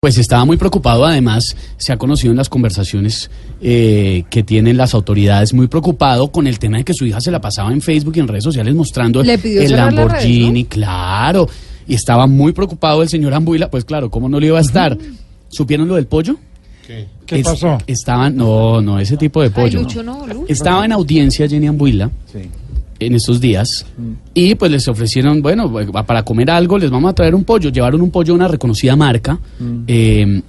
Pues estaba muy preocupado, además se ha conocido en las conversaciones eh, que tienen las autoridades, muy preocupado con el tema de que su hija se la pasaba en Facebook y en redes sociales mostrando Le pidió el cerrar la red, Lamborghini, claro. Y estaba muy preocupado el señor Ambuila, pues claro, ¿cómo no le iba a estar? ¿Supieron lo del pollo? ¿Qué Es- pasó? Estaban, no, no, ese tipo de pollo. Ay, Lucho, no, Lucho. Estaba en audiencia Jenny Ambuila en estos días y pues les ofrecieron, bueno, para comer algo les vamos a traer un pollo. Llevaron un pollo a una reconocida marca eh,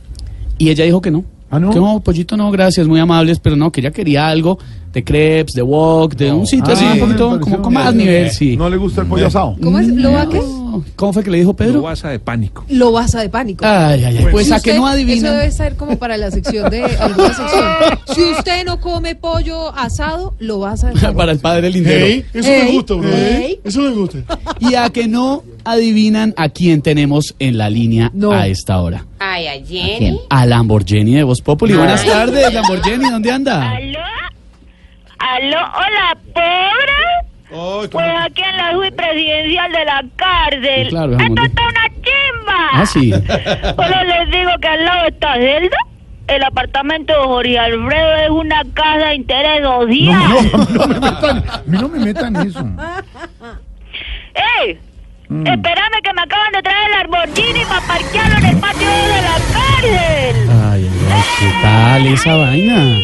y ella dijo que no. Mm. Ah, ¿no? Que no, pollito no, gracias, muy amables, pero no, que ella quería algo de crepes, de wok, de un sitio Ah, así, sí, un me poquito pareció como con más bien. nivel, sí. ¿No le gusta el pollo asado? ¿Cómo es? ¿Lo va qué? No, ¿Cómo fue que le dijo Pedro? Guasa de pánico. Lo vas a de pánico. Ay, ay, ay, pues Si a que usted- no adivina. Eso debe ser como para la sección de alguna sección. Si usted no come pollo asado, lo vas a de pánico. para el padre lindero. Ey, eso me Ey, gusta, bro. ¿eh? ey. Eso me gusta. Y a que no adivinan a quién tenemos en la línea No. a esta hora. Ay, a ¿Quién? Jenny. A Lamborghini de Voz Ah. Populi. Buenas Ay. tardes, Lamborghini, ¿dónde anda? ¿Aló? ¿Aló? Hola, pobre. Pues aquí en la juez presidencial de la cárcel. Sí, claro, es un ¡Esto montón. está una chimba! Ah, sí. Solo les digo que al lado está Zelda. El apartamento de Jorge Alfredo es una casa de interés social. No, no me metan, a mí no me metan eso. ¡Ey! Mm. Espérame que me acaban de traer el Lamborghini para parquearlo en el patio de la cárcel. Ay, no, ¿qué tal esa vaina?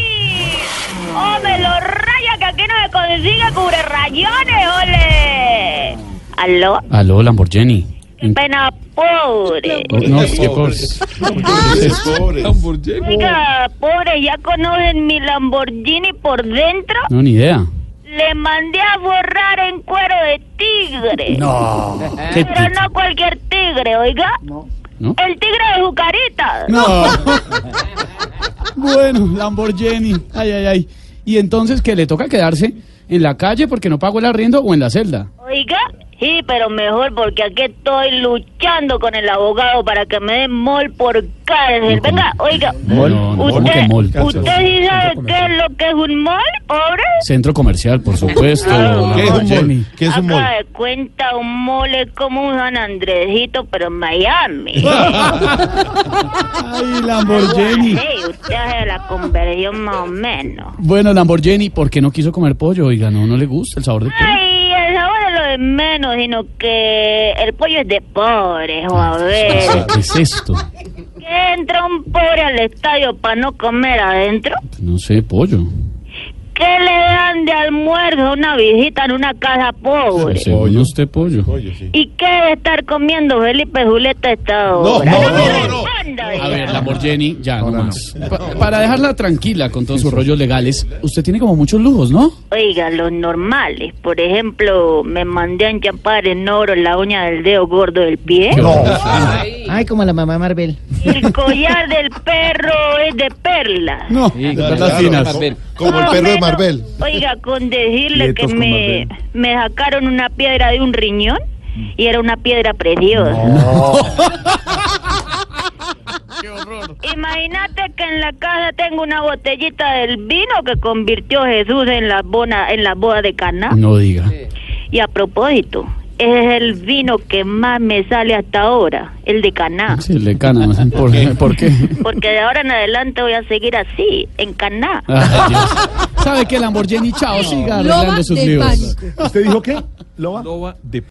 ¡Oh, me lo raya que aquí no se consigue cubre rayones, ole! ¿Aló? Aló, Lamborghini. ¡Qué pena pobre! Oh, No, es que pues, Oiga, pobre, ya conocen mi Lamborghini por dentro. no, ni idea. Le mandé a borrar en cuero de tigre. No. ¿Qué Eh. Pero tic- no cualquier tigre, oiga. ¿No? El tigre de Jucarita. No. Bueno, Lamborghini. Ay, ay, ay. Y entonces que le toca quedarse en la calle porque no pagó el arriendo o en la celda. Oiga, sí, pero mejor porque aquí estoy luchando con el abogado para que me den mol por cárcel. Venga, oiga. Mol. No, no, ¿cómo que ¿Usted, mol? ¿usted sí sabe qué es lo que es un mol, pobre? Centro comercial, por supuesto. ¿Qué es un Lamborghini. ¿Qué es un mol? Acá de cuenta, un mol es como un San Andresito, pero en Miami. Ah, Ay, Lamborghini. Sí, usted hace la conversión más o menos. Bueno, Lamborghini, ¿por qué no quiso comer pollo? Oiga, no, no le gusta el sabor del pollo. Ay, el sabor es lo de menos, sino que el pollo es de pobres, o a O ver. sea, ¿Qué es esto? ¿Qué entra un pobre al estadio para no comer adentro? No sé, pollo. ¿Qué le dan de almuerzo a una visita en una casa pobre? Según usted, pollo. ¿Y qué debe estar comiendo Felipe Zuleta a esta hora? no, me no, no. responda, A oiga. ver, Lamborghini, ya, no Ahora más. Pa- para dejarla tranquila con todos sus rollos legales, usted tiene como muchos lujos, ¿no? Oiga, los normales. Por ejemplo, me mandé a enchampar en oro la uña del dedo gordo del pie. Qué No. horror. Ay, como la mamá de Marvel. El collar del perro es de perla. No, las finas. Como el Más o perro de menos, Marvel. Oiga, con decirle que Quietos con me, me sacaron una piedra de un riñón y era una piedra preciosa. Imagínate que en la casa tengo una botellita del vino que convirtió Jesús en la bona, en la boda de Caná. No diga. Y a propósito, ese es el vino que más me sale hasta ahora, el de Caná. Sí, le cana. no sé Ah. ¿Por, ¿por qué? Porque de ahora en adelante voy a seguir así, en Caná. Ay, Dios. ¿Sabe que Lamborghini, chao, siga Loba arreglando sus de líos? pánico. ¿Usted dijo qué? ¿Loba? Loba de